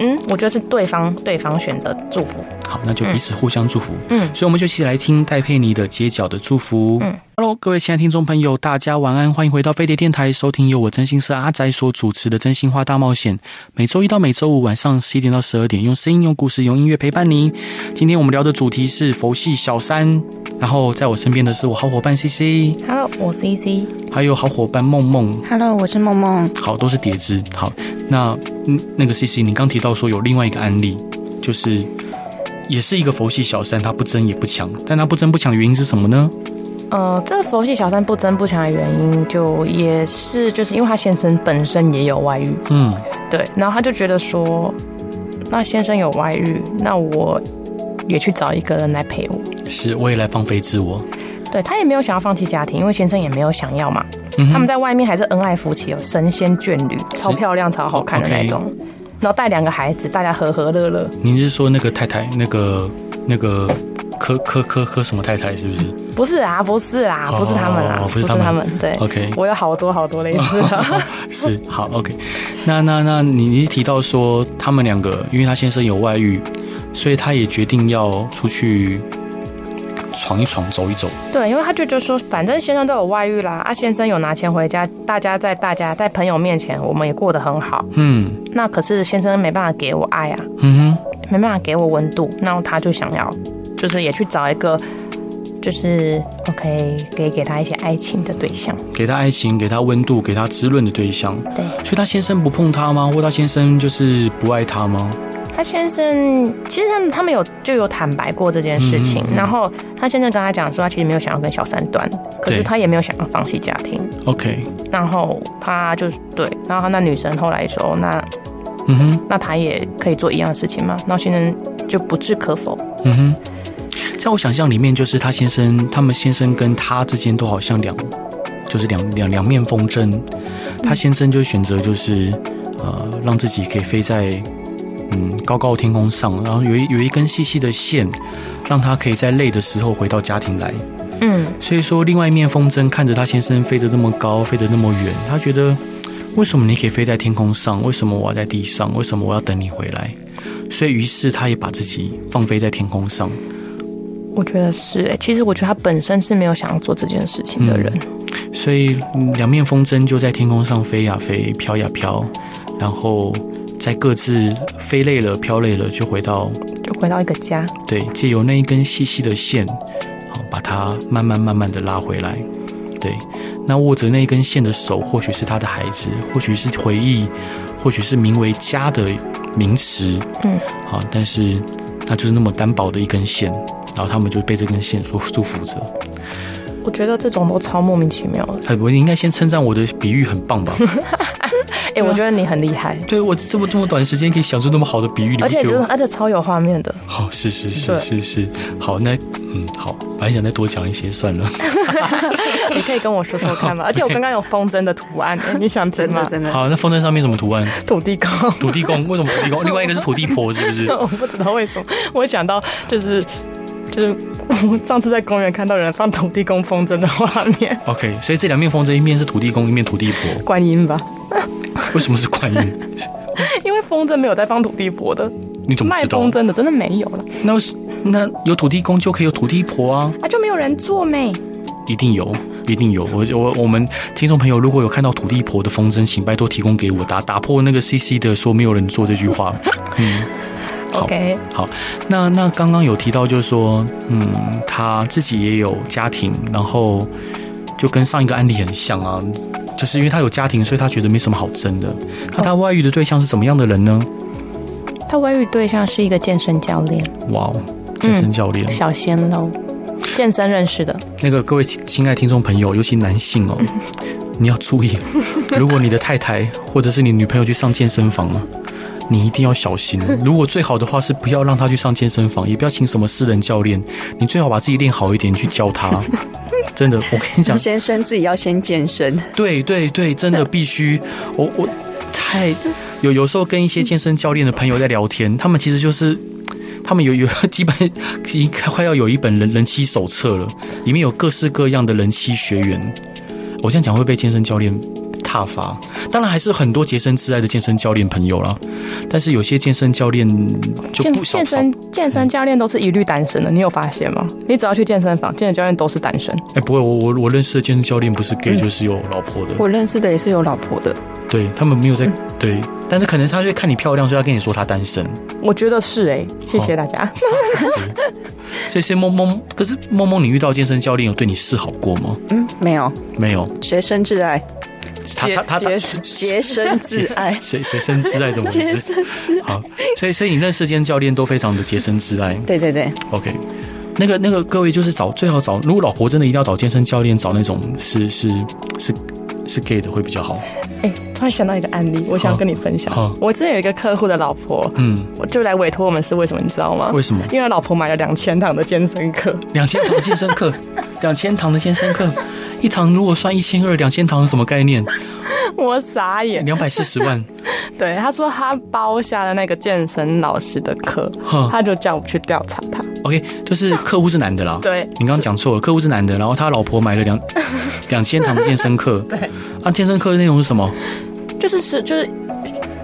Speaker 2: 嗯，我觉得是对方对方选择祝福。
Speaker 1: 好，那就彼此互相祝福。
Speaker 2: 嗯
Speaker 1: 所以我们就一起来听戴佩妮的《街角的祝福》。嗯，Hello，各位亲爱的听众朋友，大家晚安，欢迎回到飞碟电台，收听由我真心社阿仔所主持的《真心话大冒险》，每周一到每周五晚上十一点到十二点，用声音、用故事、用音乐陪伴您。今天我们聊的主题是佛系小三，然后在我身边的是我好伙伴 C C，
Speaker 2: Hello，我是 E EC，
Speaker 1: 还有好伙伴梦梦。
Speaker 3: Hello，我是梦梦。
Speaker 1: 好，都是叠字。好，那嗯，那个 C C，你刚提到说有另外一个案例，就是也是一个佛系小三，他不争也不抢，但他不争不抢的原因是什么呢？
Speaker 2: 呃，这个佛系小三不争不抢的原因，就也是就是因为她先生本身也有外遇，
Speaker 1: 嗯，
Speaker 2: 对，然后她就觉得说，那先生有外遇，那我也去找一个人来陪我。
Speaker 1: 是我也来放飞自我。
Speaker 2: 对她也没有想要放弃家庭，因为先生也没有想要嘛，
Speaker 1: 嗯哼
Speaker 2: 他们在外面还是恩爱夫妻哦，神仙眷侣，超漂亮、超好看的那种。然后带两个孩子，大家和和乐乐，
Speaker 1: 您是说那个太太，那个那个柯柯柯柯什么太太是不是
Speaker 2: 不是啊，不是啊，
Speaker 1: 哦
Speaker 2: 不是他们啊，
Speaker 1: 哦不是他们
Speaker 2: 他们，对。
Speaker 1: ？OK，
Speaker 2: 我有好多好多类似的，
Speaker 1: 是好 OK 那。那那你你提到说他们两个，因为他先生有外遇，所以他也决定要出去闯一闯、走一走。
Speaker 2: 对，因为他就觉得说，反正先生都有外遇啦，啊，先生有拿钱回家，大家在大家在朋友面前，我们也过得很好。
Speaker 1: 嗯
Speaker 2: 那可是先生没办法给我爱啊，
Speaker 1: 嗯哼，
Speaker 2: 没办法给我温度，那他就想要，就是也去找一个，就是 OK，可以给他一些爱情的对象。
Speaker 1: 给他爱情，给他温度，给他滋润的对象。
Speaker 2: 对
Speaker 1: 所以他先生不碰他吗？或他先生就是不爱他吗？
Speaker 2: 他先生其实他们他们有就有坦白过这件事情，
Speaker 1: 嗯嗯嗯
Speaker 2: 然后他先生跟他讲说，他其实没有想要跟小三断，可
Speaker 1: 对
Speaker 2: 是他也没有想要放弃家庭，
Speaker 1: OK，
Speaker 2: 然后他就是对，然后他那女生后来说，那
Speaker 1: 嗯哼，
Speaker 2: 那他也可以做一样的事情吗？然后先生就不置可否，
Speaker 1: 嗯哼，在我想象里面，就是他先生，他们先生跟他之间都好像两，就是两两两面风筝。他先生就选择就是，呃，让自己可以飞在嗯高高的天空上，然后有一有一根细细的线，让他可以在累的时候回到家庭来。
Speaker 2: 嗯，
Speaker 1: 所以说，另外一面风筝看着他先生飞得那么高，飞得那么远，他觉得为什么你可以飞在天空上？为什么我要在地上？为什么我要等你回来？所以，于是他也把自己放飞在天空上。
Speaker 2: 我觉得是、欸，其实我觉得他本身是没有想要做这件事情的人，
Speaker 1: 所以，嗯两面风筝就在天空上飞呀啊飞，飘呀飘，然后再各自飞累了、飘累了，就回到
Speaker 2: 就回到一个家，
Speaker 1: 对，借由那一根细细的线，好把它慢慢慢慢的拉回来。对，那握着那一根线的手，或许是他的孩子，或许是回忆，或许是名为家的名词。
Speaker 2: 嗯，
Speaker 1: 好，但是它就是那么单薄的一根线，然后他们就被这根线所束缚着。
Speaker 2: 我觉得这种都超莫名其妙的。
Speaker 1: 哎，我应该先称赞我的比喻很棒 吧？
Speaker 2: 哎、我觉得你很厉害，
Speaker 1: 对我这么这么短时间可以想出那么好的比喻，你
Speaker 2: 而
Speaker 1: 不
Speaker 2: 且
Speaker 1: 觉
Speaker 2: 真
Speaker 1: 得
Speaker 2: 的
Speaker 1: 我？
Speaker 2: 而且超有画面 的。
Speaker 1: 好、是是是
Speaker 2: 对
Speaker 1: 是是，好，那嗯好，本来想再多讲一些算 了。
Speaker 2: 你可以跟我说说看 吗？而且我刚刚有风筝的图 案，你想知
Speaker 3: 真
Speaker 2: 吗
Speaker 3: 的？真的，
Speaker 1: 好，那风筝上面什么图案？
Speaker 2: 土地公，
Speaker 1: 土地公为什么土地公？另外一个是土地婆，是不是？
Speaker 2: 我不知道为什么，我想到就是就是我上次在公园看到有人放土地公风筝的画面，
Speaker 1: OK，所以这两面风筝，一面是土地公，一面土地婆。
Speaker 2: 观音吧，
Speaker 1: 为什么是观音？
Speaker 2: 因为风筝没有在放土地婆的，
Speaker 1: 你怎么
Speaker 2: 卖
Speaker 1: 知道？
Speaker 2: 风筝的真的没有了，
Speaker 1: 那是那有土地公就可以有土地婆啊，
Speaker 2: 啊就没有人做没。
Speaker 1: 一定有，一定有。我我我们听众朋友如果有看到土地婆的风筝，请拜托提供给我，打打破那个 CC 的说没有人做这句话。嗯，好
Speaker 2: OK，
Speaker 1: 那那刚刚有提到，就是说，嗯，他自己也有家庭，然后就跟上一个案例很像啊，就是因为他有家庭，所以他觉得没什么好争的。那他外遇的对象是怎么样的人呢？
Speaker 2: 他外遇对象是一个健身教练，
Speaker 1: 哇哦，健身教练，
Speaker 2: 小鲜肉，健身认识的。
Speaker 1: 那个各位亲爱听众朋友，尤其男性哦，你要注意，如果你的太太或者是你女朋友去上健身房啊。你一定要小心。如果最好的话是不要让她去上健身房，也不要请什么私人教练。你最好把自己练好一点去教她。真的，我跟你讲，
Speaker 3: 先生自己要先健身，
Speaker 1: 对对对，真 的必须，我我太有有时候跟一些健身教练的朋友在聊天，他们其实就是。他们有 有基本已经快要有一本人人妻手册了，里面有各式各样的人妻学员。我这样讲会被健身教练挞伐，当然还是很多洁身自爱的健身教练朋友啦。但是有些健身教练就
Speaker 2: 健
Speaker 1: 不少
Speaker 2: 健身健身教练都是一律单身的，你有发现吗？你只要去健身房，健身教练都是单身。
Speaker 1: 哎、不会，我我我认识的健身教练不是 gay
Speaker 2: 嗯
Speaker 1: 就是有老婆的，
Speaker 3: 我认识的也是有老婆的，
Speaker 1: 对他们没有在对，但是可能他就会看你漂亮，所以他跟你说他单身。
Speaker 2: 我觉得是哎、谢谢大家。
Speaker 1: 所以，所以梦梦，可是梦梦，你遇到健身教练有对你示好过吗？
Speaker 3: 嗯，没有，
Speaker 1: 没有，
Speaker 3: 学生挚爱，
Speaker 1: 他他他他，
Speaker 3: 洁洁身自爱
Speaker 1: 谁谁生挚爱怎么回
Speaker 3: 洁
Speaker 1: 事？
Speaker 3: 身自爱。
Speaker 1: 好，所以所以你认识间教练都非常的洁身自爱。
Speaker 3: 对对对，
Speaker 1: OK，那个那个各位就是找最好找，如果老婆真的一定要找健身教练，找那种是是是是 gay 的会比较好。
Speaker 2: 哎、突然想到一个案例，我想要跟你分享。
Speaker 1: 好
Speaker 2: 我之前有一个客户的老婆，
Speaker 1: 嗯，
Speaker 2: 我就来委托我们是为什么？你知道吗？
Speaker 1: 为什么
Speaker 2: 因为老婆买了两千堂的健身课，
Speaker 1: 两千堂健身课，两千堂的健身课，一堂如果算一千二，两千堂是什么概念？
Speaker 2: 我傻眼。
Speaker 1: 两百四十万，
Speaker 2: 对，他说他包下了那个健身老师的课
Speaker 1: 哼，
Speaker 2: 他就叫我去调查他。
Speaker 1: OK，就是客户是男的啦。
Speaker 2: 对
Speaker 1: 你刚刚讲错了，客户是男的，然后他老婆买了 两两千堂健身课。对，啊，健身课的内容是什么？
Speaker 2: 就是是就是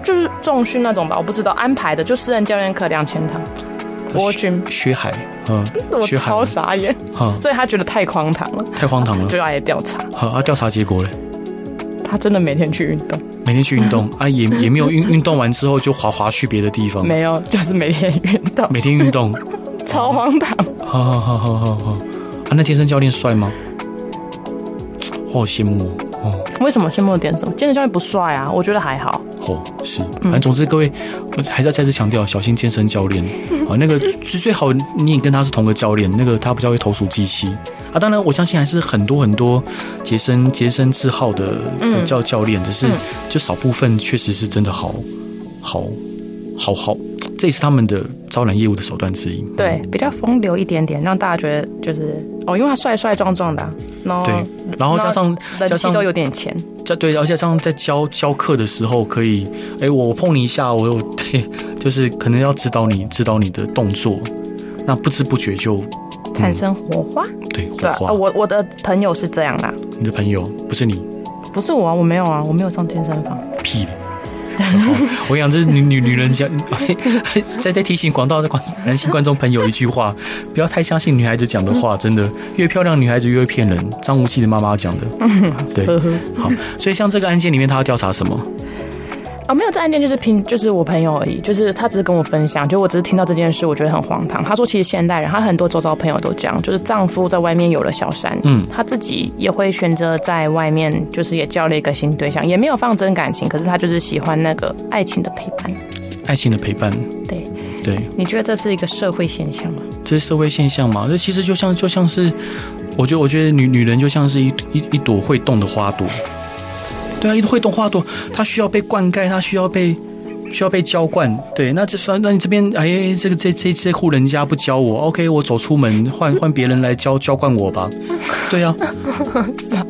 Speaker 2: 就是重训那种吧，我不知道安排的，就私人教练课两千堂，我去，
Speaker 1: 学海，嗯，
Speaker 2: 我
Speaker 1: 学海
Speaker 2: 超，傻眼，
Speaker 1: 哈，
Speaker 2: 所以他觉得太荒唐了，
Speaker 1: 太荒唐了
Speaker 2: 就。要来调查。
Speaker 1: 好，啊，调查结果嘞，
Speaker 2: 他真的每天去运动，
Speaker 1: 每天去运 动，啊，也也没有运运动完之后就滑滑去别的地方，
Speaker 2: 没有，就是每天运动，
Speaker 1: 每天运 动，
Speaker 2: 超荒唐。
Speaker 1: 好好好好好好。啊，那健身教练帅吗？我好羡慕哦。哦
Speaker 2: 为什么羡慕的点是什么？健身教练不帅啊，我觉得还好。
Speaker 1: 哦，是，
Speaker 2: 嗯
Speaker 1: 反正总之各位，我还是要再次强调，小心健身教 练啊，那个最最好你也跟他是同个教练，那个他比较会投鼠忌器啊。当然，我相信还是很多很多洁身洁身自好的的教教练，只是
Speaker 2: 嗯
Speaker 1: 就少部分确实是真的好好好好，这也是他们的招揽业务的手段之一。
Speaker 2: 对，比较风流一点点，让大家觉得就是哦，因为他帅帅壮壮的啊、然后
Speaker 1: 对，然后加上加
Speaker 2: 人气
Speaker 1: 上
Speaker 2: 都有点钱，
Speaker 1: 教对，而且这样在教教课的时候，可以，哎、我我碰你一下，我有 对，就是可能要指导你，指导你的动作，那不知不觉就
Speaker 2: 产生火花。
Speaker 1: 对火
Speaker 2: 对啊，
Speaker 1: 花。
Speaker 2: 啊我我的朋友是这样啦，
Speaker 1: 你的朋友不是你
Speaker 2: 不是我啊，我没有啊，我没有上健身房。
Speaker 1: 屁 的。我想这是女女女人讲， 在在提醒广大的观男性观众朋友一句话：不要太相信女孩子讲的
Speaker 2: 嗯
Speaker 1: 话，真的越漂亮女孩子越会骗人。张无忌的妈妈 讲的，对，
Speaker 2: 呵呵。
Speaker 1: 好。所以像这个案件里面，他要调查什么？
Speaker 2: 啊，没有，这案件就是凭就是我朋友而已，就是他只是跟我分享，就我只是听到这件事，我觉得很荒唐。他说，其实现代人，他很多周遭朋友都这样，就是丈夫在外面有了小三，
Speaker 1: 嗯，
Speaker 2: 他自己也会选择在外面，就是也交了一个新对象，也没有放真感情，可是他就是喜欢那个爱情的陪伴。
Speaker 1: 爱情的陪伴，
Speaker 2: 对，
Speaker 1: 对。
Speaker 2: 你觉得这是一个社会现象吗？
Speaker 1: 这是社会现象嘛？这其实就像就像是，我觉得我觉得女女人就像是一一一朵会动的花朵，对啊，一朵会动花朵，它需要被灌溉，它需要被需要被浇灌。对，那这算那你这边哎，这个这这这户人家不教我，OK，我走出门换换别人来浇浇灌我吧。对啊，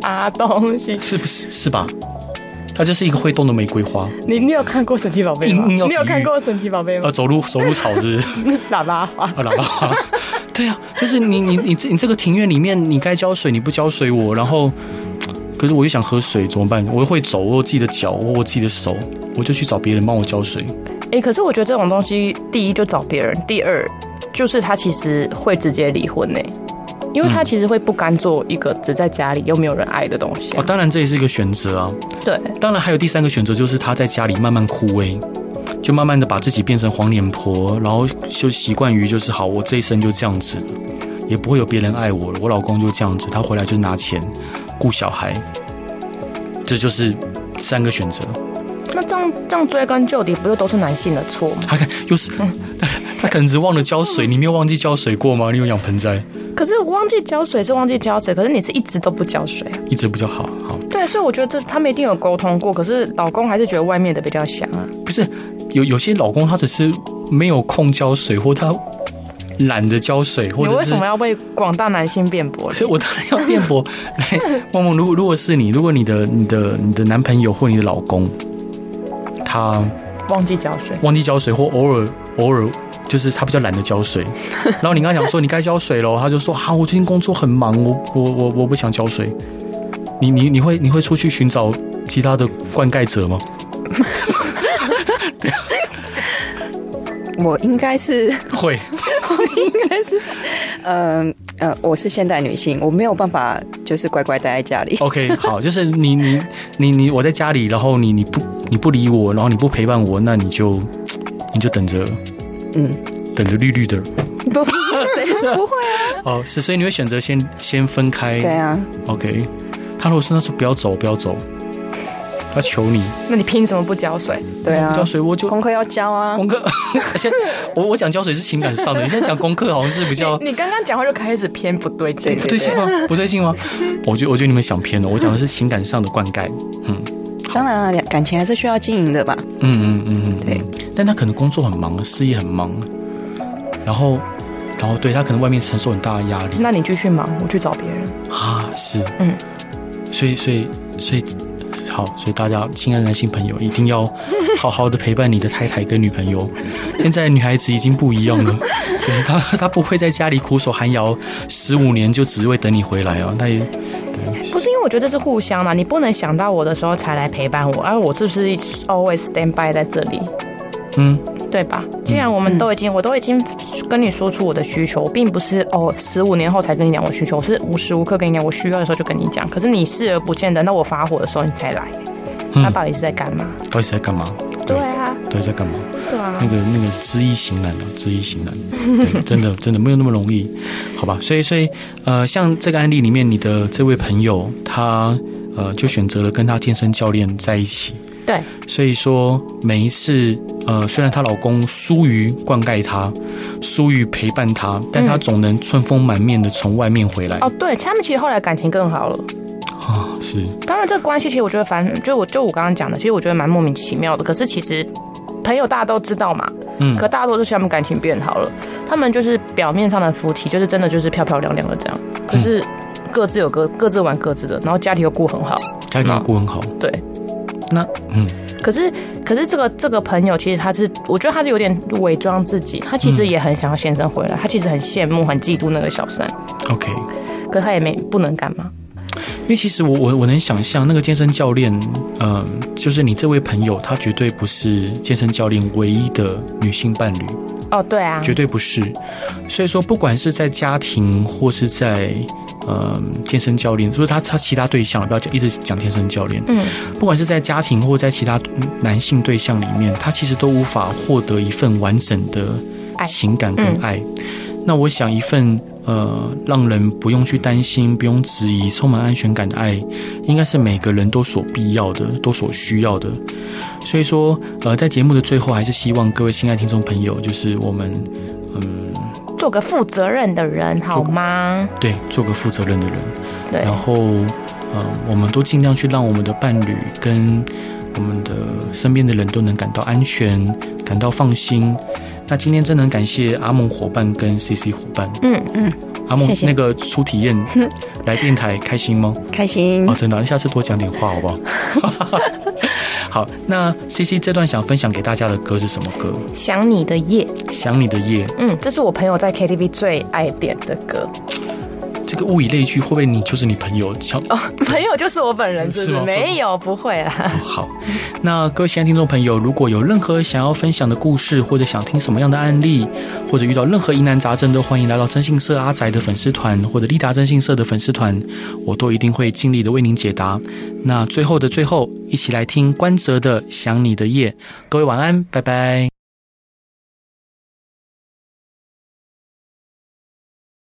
Speaker 2: 啊，东西，
Speaker 1: 是不是是吧？它就是一个会动的玫瑰花，
Speaker 2: 你你有看过神奇宝贝吗？
Speaker 1: 硬硬要
Speaker 2: 你有
Speaker 1: 比喻
Speaker 2: 看过神奇宝贝吗
Speaker 1: 呃，？走路走路草是不是？
Speaker 2: 喇叭花。
Speaker 1: 啊，喇叭花。对啊，就是你你你这你这个庭院里面，你该浇水你不浇水我，然后，可是我又想喝水怎么办？我又会走，我有自己的脚，我有自己的手，我就去找别人帮我浇水。
Speaker 2: 哎、可是我觉得这种东西，第一就找别人，第二就是他其实会直接离婚呢、因为
Speaker 1: 嗯
Speaker 2: 他其实会不甘做一个只在家里又没有人爱的东西啊、
Speaker 1: 哦，当然这也是一个选择啊。
Speaker 2: 对，
Speaker 1: 当然还有第三个选择，就是他在家里慢慢枯萎，就慢慢的把自己变成黄脸婆，然后就习惯于就是好，我这一生就这样子，也不会有别人爱我了。我老公就这样子，他回来就拿钱顾小孩，这就是三个选择。
Speaker 2: 那这样这样追根究底，不就都是男性的错吗？
Speaker 1: 他看又是他可能只忘了浇水，你没有忘记浇水过吗？你有养盆栽，
Speaker 2: 可是忘记浇水是忘记浇水，可是你是一直都不浇水啊。
Speaker 1: 一直比较好。好，
Speaker 2: 对，所以我觉得这他们一定有沟通过，可是老公还是觉得外面的比较香啊。
Speaker 1: 不是有有些老公他只是没有空浇水，或他懒得浇水，或
Speaker 2: 你
Speaker 1: 者
Speaker 2: 为
Speaker 1: 是
Speaker 2: 什么。要为广大男性辩驳呢？
Speaker 1: 所以我当然要辩驳。来，梦梦，如果如果是你，如果你的你的你的男朋友或你的老公，他
Speaker 2: 忘记浇水，
Speaker 1: 忘记浇水，或偶尔偶尔就是他比较懒得浇 水，然后你跟他讲说你该浇水了，他就说啊，我最近工作很忙，我我我我不想浇水。你你你会你会出去寻找其他的灌溉者吗？
Speaker 3: 我应该是，
Speaker 1: 会，
Speaker 3: 我应该是，嗯呃，我是现代女性，我没有办法就是乖乖待在家里。
Speaker 1: OK，好，就是你你你你我在家里，然后你你不你不理我，然后你不陪伴我，那你就你就等着
Speaker 3: 嗯，
Speaker 1: 等着绿绿 的
Speaker 3: 不，谁不会啊？
Speaker 1: 哦，是，所以你会选择先先分开。
Speaker 3: 对啊，
Speaker 1: OK，他如果说那时候不要走，不要走，要求你，
Speaker 2: 那你凭什么不浇水？
Speaker 3: 对啊
Speaker 1: 不，浇水我就
Speaker 3: 功课要交啊，
Speaker 1: 功课。 现在我我讲浇水是情感上的，你现在讲功课好像是比较
Speaker 2: 你刚刚讲话就开始偏不 对劲
Speaker 1: 不对劲吗？不对劲吗？我觉得我觉得你们想偏了，我讲的是情感上的灌溉。嗯
Speaker 3: 当然啊感情还是需要经营的吧。
Speaker 1: 嗯嗯嗯嗯，
Speaker 3: 对
Speaker 1: 嗯。但他可能工作很忙，事业很忙，然后然后对他可能外面承受很大的压力
Speaker 2: 那你继续忙，我去找别人。
Speaker 1: 啊，是
Speaker 2: 嗯，
Speaker 1: 所以所以所以好，所以大家亲爱的男性朋友一定要好好的陪伴你的太太跟女朋友。现在女孩子已经不一样了，对她她不会在家里苦守寒窑十五年，就只为等你回来啊。她也对
Speaker 2: 不是因为我觉得这是互相嘛，你不能想到我的时候才来陪伴我，而、我是不是 always stand by 在这里，
Speaker 1: 嗯
Speaker 2: 对吧？既然我们都已经，我都已经跟你说出我的需求，我并不是哦十五年后才跟你讲我需求，我是无时无刻跟你讲我需要的时候就跟你讲，可是你视而不见，等到我发火的时候你才来，那
Speaker 1: 嗯，
Speaker 2: 到底是在干嘛？
Speaker 1: 到底是在干嘛？
Speaker 2: 对啊，
Speaker 1: 到底在干嘛？
Speaker 2: 对啊
Speaker 1: 那。个那个知易行难啊，知易行难，对真的真的没有那么容易，好吧？所以所以呃，像这个案例里面，你的这位朋友他呃就选择了跟他健身教练在一起，
Speaker 2: 对，
Speaker 1: 所以说每一次呃，虽然她老公疏于灌溉她，疏于陪伴她，但她总能春风满面的从外面回来
Speaker 2: 哦，对，他们其实后来感情更好了。
Speaker 1: 啊，是
Speaker 2: 当然，这个关系其实我觉得反，就我就我刚刚讲的，其实我觉得蛮莫名其妙的。可是其实朋友大家都知道嘛，
Speaker 1: 嗯
Speaker 2: 可大多数是他们感情变好了，他们就是表面上的夫妻，就是真的就是漂漂亮亮的这样。可是各自有各各自玩各自的，然后家庭又顾很好，
Speaker 1: 家庭顾问好，
Speaker 2: 对。
Speaker 1: 那嗯
Speaker 2: 可是可是这个这个朋友其实他是，我觉得他是有点伪装自己，他其实也很想要先生回来，他其实很羡慕很嫉妒那个小三，
Speaker 1: ，OK。
Speaker 2: 可他也没不能干嘛。
Speaker 1: 因为其实我我我能想象那个健身教练，嗯、就是你这位朋友，她绝对不是健身教练唯一的女性伴侣，
Speaker 2: 哦，对啊，
Speaker 1: 绝对不是。所以说，不管是在家庭或是在嗯、健身教练，就是他他其他对象，不要讲一直讲健身教练，
Speaker 2: 嗯，
Speaker 1: 不管是在家庭或在其他嗯男性对象里面，他其实都无法获得一份完整的
Speaker 2: 爱
Speaker 1: 情感跟
Speaker 2: 嗯
Speaker 1: 爱。那我想，一份呃让人不用去担心、不用质疑、充满安全感的爱，应该是每个人都所必要的、都所需要的。所以说，呃，在节目的最后，还是希望各位亲爱听众朋友，就是我们嗯
Speaker 2: 做个负责任的人好吗？
Speaker 1: 对做个负责任的人。
Speaker 2: 对，
Speaker 1: 然后，呃，我们都尽量去让我们的伴侣跟我们的身边的人都能感到安全，感到放心。那今天真的很感谢阿梦伙伴跟 CC 伙伴，
Speaker 2: 嗯
Speaker 3: 嗯，
Speaker 1: 阿梦
Speaker 3: 谢谢
Speaker 1: 那个初体 验来电台开心吗？
Speaker 3: 开心
Speaker 1: 哦，，真的啊，下次多讲点话好不好？ 好，那 CC 这段想分享给大家的歌是什么歌？
Speaker 2: 想你的夜，
Speaker 1: 想你的夜，
Speaker 2: 嗯，这是我朋友在 KTV 最爱点的歌。
Speaker 1: 这个物以类聚，会不会你就是你朋友？想
Speaker 2: 哦，朋友就是我本人，是
Speaker 1: 是吗
Speaker 2: 不是？没有，不会啦。
Speaker 1: 哦好，那各位亲爱的听众朋友，如果有任何想要分享的故事，或者想听什么样的案例，或者遇到任何疑难杂症，都欢迎来到征信社阿宅的粉丝团，或者利达征信社的粉丝团，我都一定会尽力的为您解答。那最后的最后，一起来听关喆的《想你的夜》，各位晚安，拜拜。